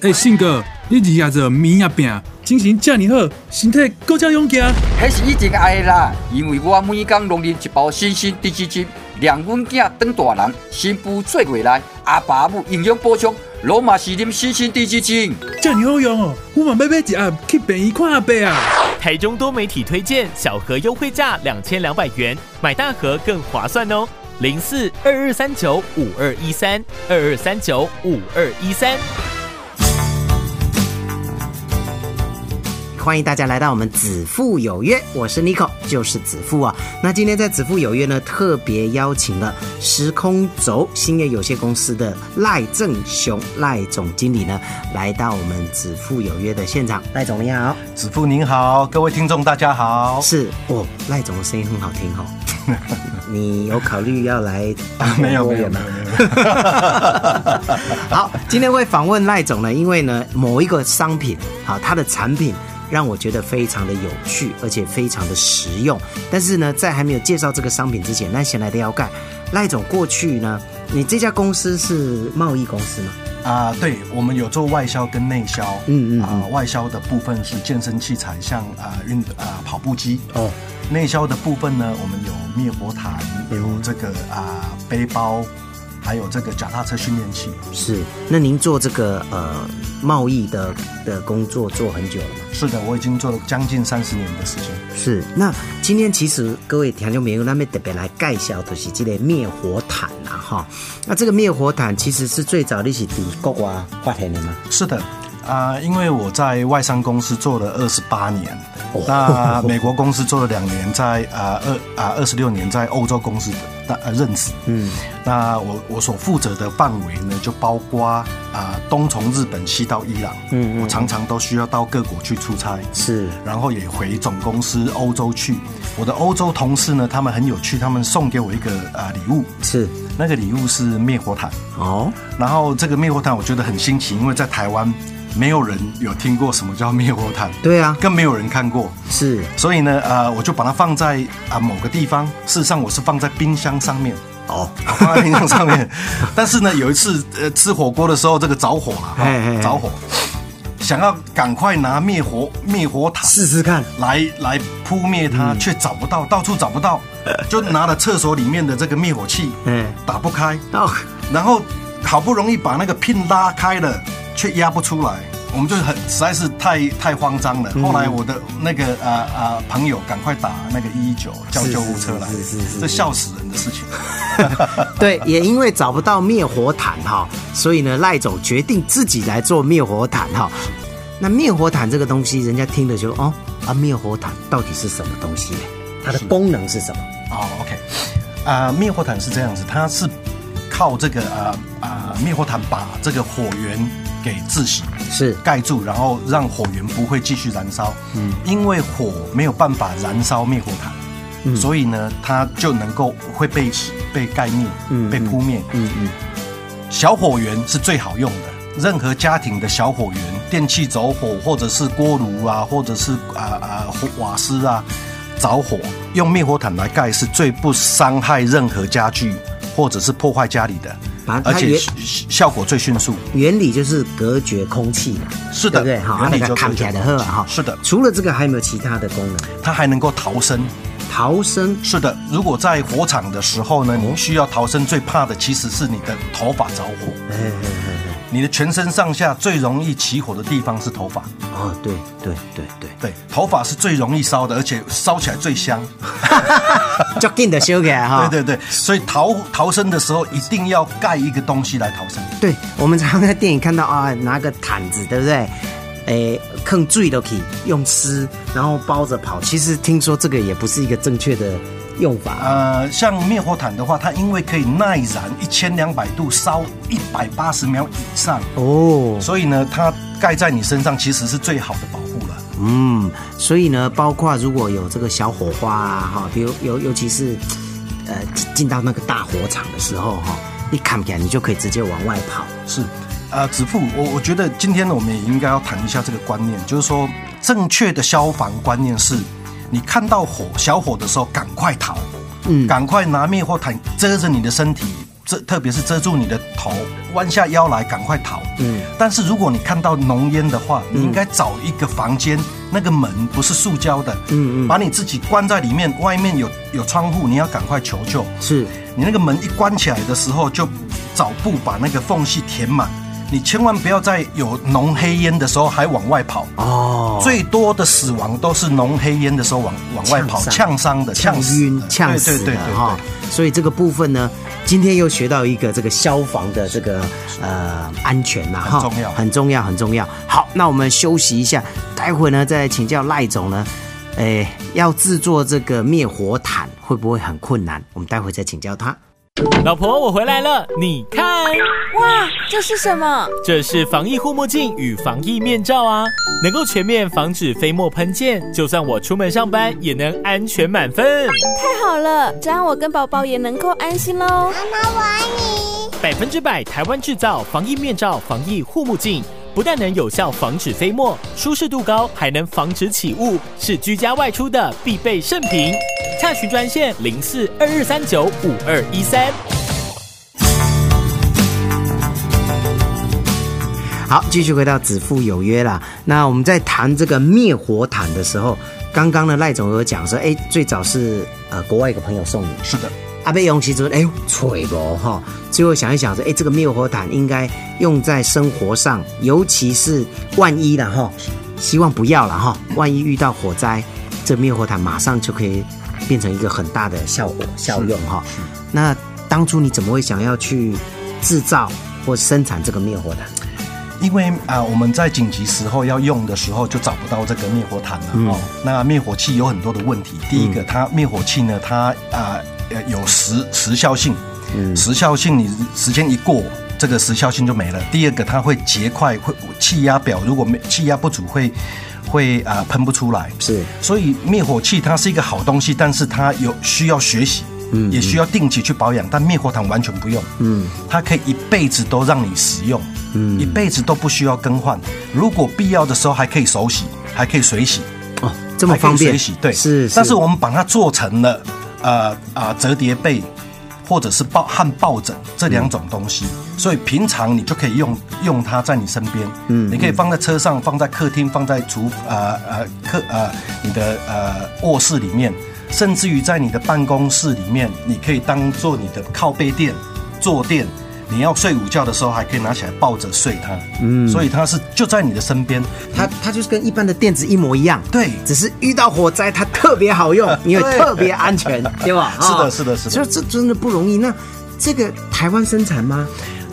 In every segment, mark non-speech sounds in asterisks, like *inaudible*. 哎，信哥，你一下子面也饼，精神遮尼好，身体更加勇健。啊迄是一定爱的啦，因为我每天拢啉一包新鲜低脂精，让阮囝长大人，新妇做未来，阿爸阿母营养补充，拢嘛是啉新鲜低脂精。遮尼好用哦，我嘛要买一盒去便宜看阿伯啊。台中多媒体推荐小盒优惠价两千两百元，买大盒更划算哦。零四二二三九五二一三二二三九五二一三。欢迎大家来到我们子父有约，我是 Nico，就是子父啊。那今天在子父有约呢，特别邀请了时空轴兴业有限公司的赖正雄赖总经理呢，来到我们子父有约的现场。赖总你好，子父您好，各位听众大家好。是哦，赖总的声音很好 *laughs* 听哦。你有考虑要来当啊没有播没有员没吗有？没有， *laughs* 好，今天会访问赖总呢，因为呢某一个商品，好，它的产品让我觉得非常的有趣，而且非常的实用。但是呢，在还没有介绍这个商品之前，那先来聊盖赖总过去呢，你这家公司是贸易公司吗？啊，对，我们有做外销跟内销，嗯嗯啊、外销的部分是健身器材，像啊运啊跑步机哦，内销的部分呢，我们有灭火毯，嗯有这个啊、背包，还有这个脚踏车训练器。是。那您做这个呃贸易的的工作做很久了吗？是的，我已经做了将近三十年的时间。是，那今天其实各位听众朋友，咱们特别来介绍就是这个灭火毯啦、哈。那这个灭火毯其实是最早你是伫国外发现的吗？是的，啊、因为我在外商公司做了二十八年，那美国公司做了两年，在啊二啊二十六年在欧洲公司的呃任职，嗯，那我我所负责的范围呢，就包括啊、东从日本，西到伊朗，嗯我常常都需要到各国去出差，是然后也回总公司欧洲去。我的欧洲同事呢，他们很有趣，他们送给我一个啊、礼物，是那个礼物是灭火毯。哦，然后这个灭火毯我觉得很新奇，因为在台湾没有人有听过什么叫灭火毯， *laughs* 对啊，更没有人看过。是所以呢，呃，我就把它放在啊、某个地方。事实上，我是放在冰箱上面， *laughs* 哦，我放在冰箱上面。 *laughs* 但是呢，有一次呃吃火锅的时候，这个着火了，嘿嘿哈嘿着火，想要赶快拿灭火灭火毯试试看，来来扑灭它，嗯却找不到，到处找不到，就拿了厕所里面的这个灭火器，嗯，打不开，哦，然后好不容易把那个聘拉开了，却压不出来，我们就很实在是太太慌张了。后来我的那个啊啊、朋友赶快打那个一一九叫救护车来是是是是是，这笑死人的事情。对，也因为找不到灭火毯哈，所以呢赖总决定自己来做灭火毯哈。那灭火毯这个东西，人家听了就哦啊，灭火毯到底是什么东西呢？它的功能是什么？ *laughs* 哦，OK，啊、灭火毯是这样子，它是靠这个啊啊、灭火毯把这个火源给窒息，是盖住，然后让火源不会继续燃烧。嗯，因为火没有办法燃烧灭火毯，所以呢，它就能够会被被盖灭，嗯被扑灭。嗯嗯，小火源是最好用的。任何家庭的小火源，电器走火，或者是锅炉啊，或者是啊啊火瓦斯啊着火，用灭火毯来盖是最不伤害任何家具或者是破坏家里的把，它而且也效效果最迅速。原理就是隔绝空气嘛，是的对不对？好，原理那个就看是起来的喝哈。是的除了这个，还有没有其他的功能？它还能够逃生。逃生是的，如果在火场的时候呢，你需要逃生，最怕的其实是你的头发着火。哎你的全身上下最容易起火的地方是头发，哦，对对对对，对，头发是最容易烧的，而且烧起来最香。就近的修改哈。对对对，所以逃逃生的时候一定要盖一个东西来逃生。对，我们常常在电影看到啊，拿个毯子，对不对？诶，坑坠都可以用湿，然后包着跑。其实听说这个也不是一个正确的用法。呃，像灭火毯的话，它因为可以耐燃一千两百度，烧一百八十秒以上，哦，所以呢，它盖在你身上其实是最好的保护了。嗯，所以呢，包括如果有这个小火花啊，哈，比如尤尤其是呃进进到那个大火场的时候哈、一砍起来你就可以直接往外跑。是，啊，子父，我我觉得今天我们也应该要谈一下这个观念，就是说正确的消防观念是，你看到火小火的时候赶快逃，嗯赶快拿灭火毯遮着你的身体，遮特别是遮住你的头，弯下腰来赶快逃。嗯，但是如果你看到浓烟的话，你应该找一个房间，那个门不是塑胶的，嗯嗯把你自己关在里面，外面有有窗户，你要赶快求救。是，你那个门一关起来的时候，就找布把那个缝隙填满。你千万不要在有浓黑烟的时候还往外跑，哦，最多的死亡都是浓黑烟的时候往往外跑，呛呛伤的、呛死晕的、呛死对对的对对哈对。所以这个部分呢，今天又学到一个这个消防的这个呃安全呐、很重要很重要，很重要。好，那我们休息一下，待会呢再请教赖总呢，哎，要制作这个灭火毯会不会很困难？我们待会再请教他。老婆，我回来了，你看，哇，这是什么？这是防疫护目镜与防疫面罩啊，能够全面防止飞沫喷溅，就算我出门上班也能安全满分。太好了，这样我跟宝宝也能够安心喽。妈妈我爱你。百分之百台湾制造防疫面罩、防疫护目镜，不但能有效防止飞沫，舒适度高，还能防止起雾，是居家外出的必备圣品。洽询专线零四二二三九五二一三。好，继续回到子父有约啦。那我们在谈这个灭火毯的时候，刚刚呢赖总有讲说，哎，最早是呃国外一个朋友送你的。是的，阿贝用其实哎吹不哈，最后想一想说，哎，这个灭火毯应该用在生活上，尤其是万一了哈，希望不要了哈，万一遇到火灾，这灭火毯马上就可以变成一个很大的效果效用哈。那当初你怎么会想要去制造或生产这个灭火毯？因为啊，我们在紧急时候要用的时候就找不到这个灭火毯了哦。那灭火器有很多的问题，第一个，它灭火器呢，它啊呃有时时效性，时效性你时间一过，这个时效性就没了。第二个，它会结块，会气压表如果没气压不足会会啊、喷不出来，是所以灭火器它是一个好东西，但是它有需要学习，也需要定期去保养。但灭火毯完全不用，嗯，它可以一辈子都让你使用，嗯，一辈子都不需要更换。如果必要的时候还可以手洗，还可以水洗，哦，这么方还可便以水洗对，是是，但是我们把它做成了，呃啊、折叠被，或者是抱和抱枕这两种东西，嗯所以平常你就可以用用它在你身边，嗯，你可以放在车上，放在客厅，放在厨呃呃客呃你的呃卧室里面，甚至于在你的办公室里面，你可以当做你的靠背垫、坐垫。你要睡午觉的时候，还可以拿起来抱着睡它，嗯，所以它是就在你的身边，它它就是跟一般的垫子一模一样，对只是遇到火灾它特别好 *laughs* 用，因为特别安全，对 *laughs* 吧？是的啊是的是的所以这真的不容易。那这个台湾生产吗？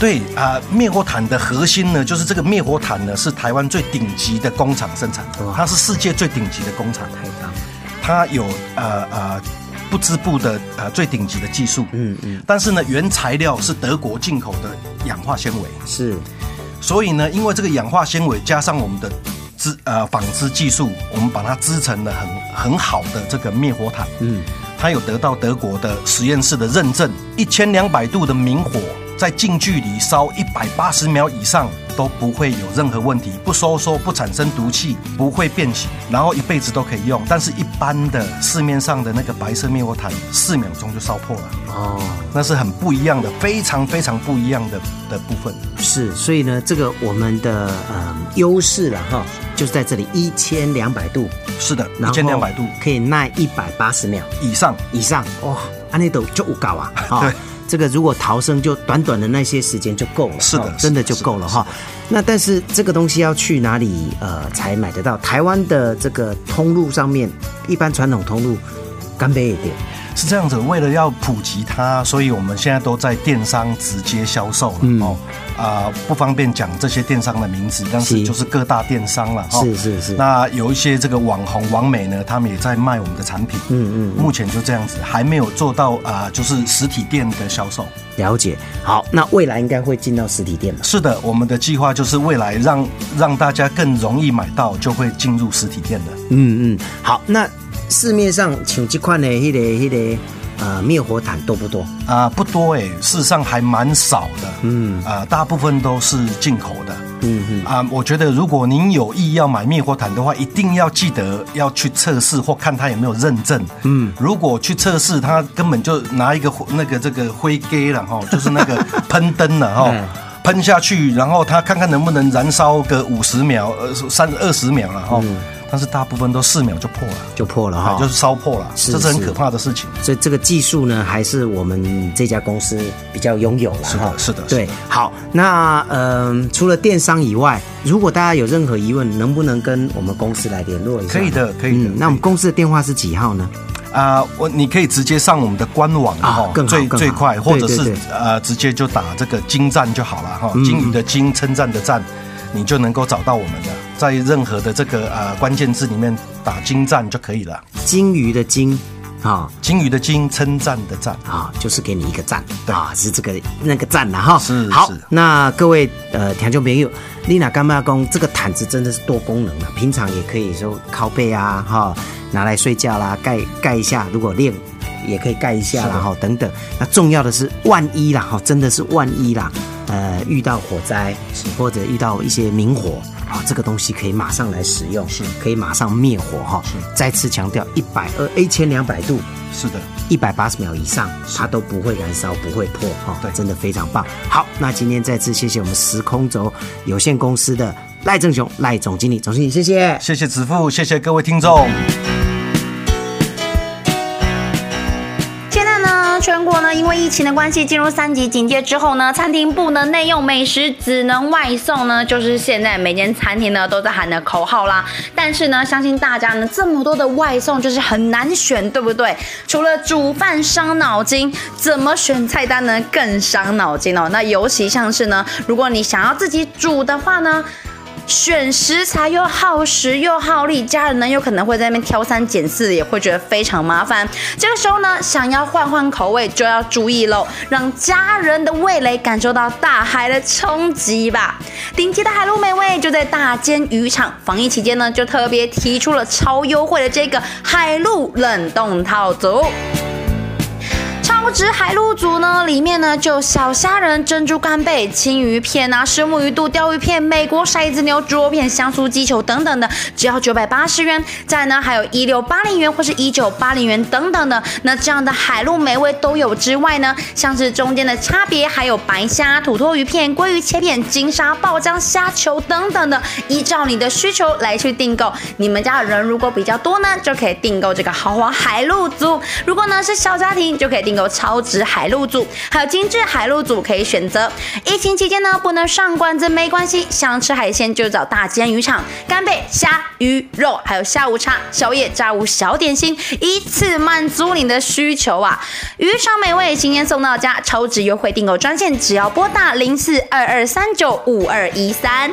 对啊、灭火毯的核心呢，就是这个灭火毯呢是台湾最顶级的工厂生产哇，它是世界最顶级的工厂，太棒了，它有呃呃不织布的呃最顶级的技术，嗯嗯，但是呢原材料是德国进口的氧化纤维，是所以呢，因为这个氧化纤维加上我们的织呃纺织技术，我们把它织成了很很好的这个灭火毯。嗯，它有得到德国的实验室的认证，一千两百度的明火在近距离烧一百八十秒以上都不会有任何问题，不收缩，不产生毒气，不会变形，然后一辈子都可以用。但是，一般的市面上的那个白色灭火毯，四秒钟就烧破了，哦，那是很不一样的，非常非常不一样的的部分。是，所以呢，这个我们的呃优势了哈，就是在这里一千两百度，是的，然一后千两百度可以耐一百八十秒以上。以上，哇，安内都就五搞 *laughs* 啊，啊、对这个如果逃生就短短的那些时间就够了，是的哦是的真的就够了哈。那但是这个东西要去哪里呃才买得到？台湾的这个通路上面，一般传统通路干杯一点，是这样子，为了要普及它，所以我们现在都在电商直接销售了、嗯哦。啊、不方便讲这些电商的名字，但是是就是各大电商了。哦是是是那有一些这个网红、网美呢，他们也在卖我们的产品。嗯嗯目前就这样子，还没有做到啊、就是实体店的销售。了解。好，那未来应该会进到实体店吧？是的，我们的计划就是未来让让大家更容易买到，就会进入实体店的。嗯嗯，好，那市面上像这款的迄、个迄、个呃灭火毯多不多？啊、不多哎，事实上还蛮少的。嗯，啊、大部分都是进口的。嗯嗯，啊、我觉得如果您有意要买灭火毯的话，一定要记得要去测试或看它有没有认证。嗯，如果去测试，它根本就拿一个灰那个这个灰给了哈，就是那个喷灯了哈嗯。喷下去，然后它看看能不能燃烧个五十秒，呃，三二十秒了哈。但是大部分都四秒就破了，就破了哈、啊就是烧破了，是这是很是可怕的事情。所以这个技术呢，还是我们这家公司比较拥有了是的哈。是的是的对，好，那嗯、除了电商以外，如果大家有任何疑问，能不能跟我们公司来联络一下？嗯可以的可以的那我们公司的电话是几号呢？啊、我你可以直接上我们的官网啊哈、更好最更好最快，或者对是对对嗯呃直接就打这个金站就好了哈，金鱼的金，称赞的赞，你就能够找到我们的，在任何的这个呃关键字里面打金站就可以了，金鱼的金，哈、金鱼的金，称赞的赞。啊、就是给你一个赞对啊、是这个那个赞了哈。是好是，那各位呃听众朋友，丽娜干妈公这个毯子真的是多功能啊，平常也可以说靠背啊哈、拿来睡觉啦，盖盖一下，如果练。也可以盖一下啦，哈，等等。那重要的是，万一啦，哈，真的是万一啦，呃，遇到火灾或者遇到一些明火，啊、这个东西可以马上来使用，是可以马上灭火哈。再次强调，一百二一千两百度，是的，一百八十秒以上，它都不会燃烧，不会破哈、对真的非常棒。好，那今天再次谢谢我们时空轴有限公司的赖正雄赖总经理，总经理谢谢。谢谢子父，谢谢各位听众。现在呢，全国呢因为疫情的关系进入三级警戒之后呢，餐厅不能内用，美食只能外送呢，就是现在每间餐厅呢都在喊的口号啦。但是呢，相信大家呢这么多的外送就是很难选，对不对？除了煮饭伤脑筋，怎么选菜单呢更伤脑筋哦。那尤其像是呢，如果你想要自己煮的话呢。选食材又耗时又耗力，家人呢有可能会在那边挑三拣四，也会觉得非常麻烦。这个时候呢，想要换换口味就要注意喽，让家人的味蕾感受到大海的冲击吧。顶级的海陆美味就在大间渔场，防疫期间呢就特别提出了超优惠的这个海陆冷冻套组。超值海陆组呢，里面呢就有小虾仁、珍珠干贝、青鱼片啊、石目鱼肚、鲷鱼片、美国骰子牛、猪肉片、香酥鸡球等等的，只要九百八十元。再呢，还有一六八零元或是一九八零元等等的。那这样的海陆美味都有之外呢，像是中间的差别还有白虾、土托鱼片、鲑鱼切片、金沙爆浆虾球等等的，依照你的需求来去订购。你们家的人如果比较多呢，就可以订购这个豪华海陆组；如果呢是小家庭，就可以订购超值海陆组，还有精致海陆组可以选择。疫情期间呢，不能上馆子没关系，想吃海鲜就找大煎渔场，干贝、虾、鱼肉，还有下午茶、宵夜、炸物、小点心，依次满足你的需求啊！渔场美味今天送到家，超值优惠订购专线，只要拨打零四二二三九五二一三。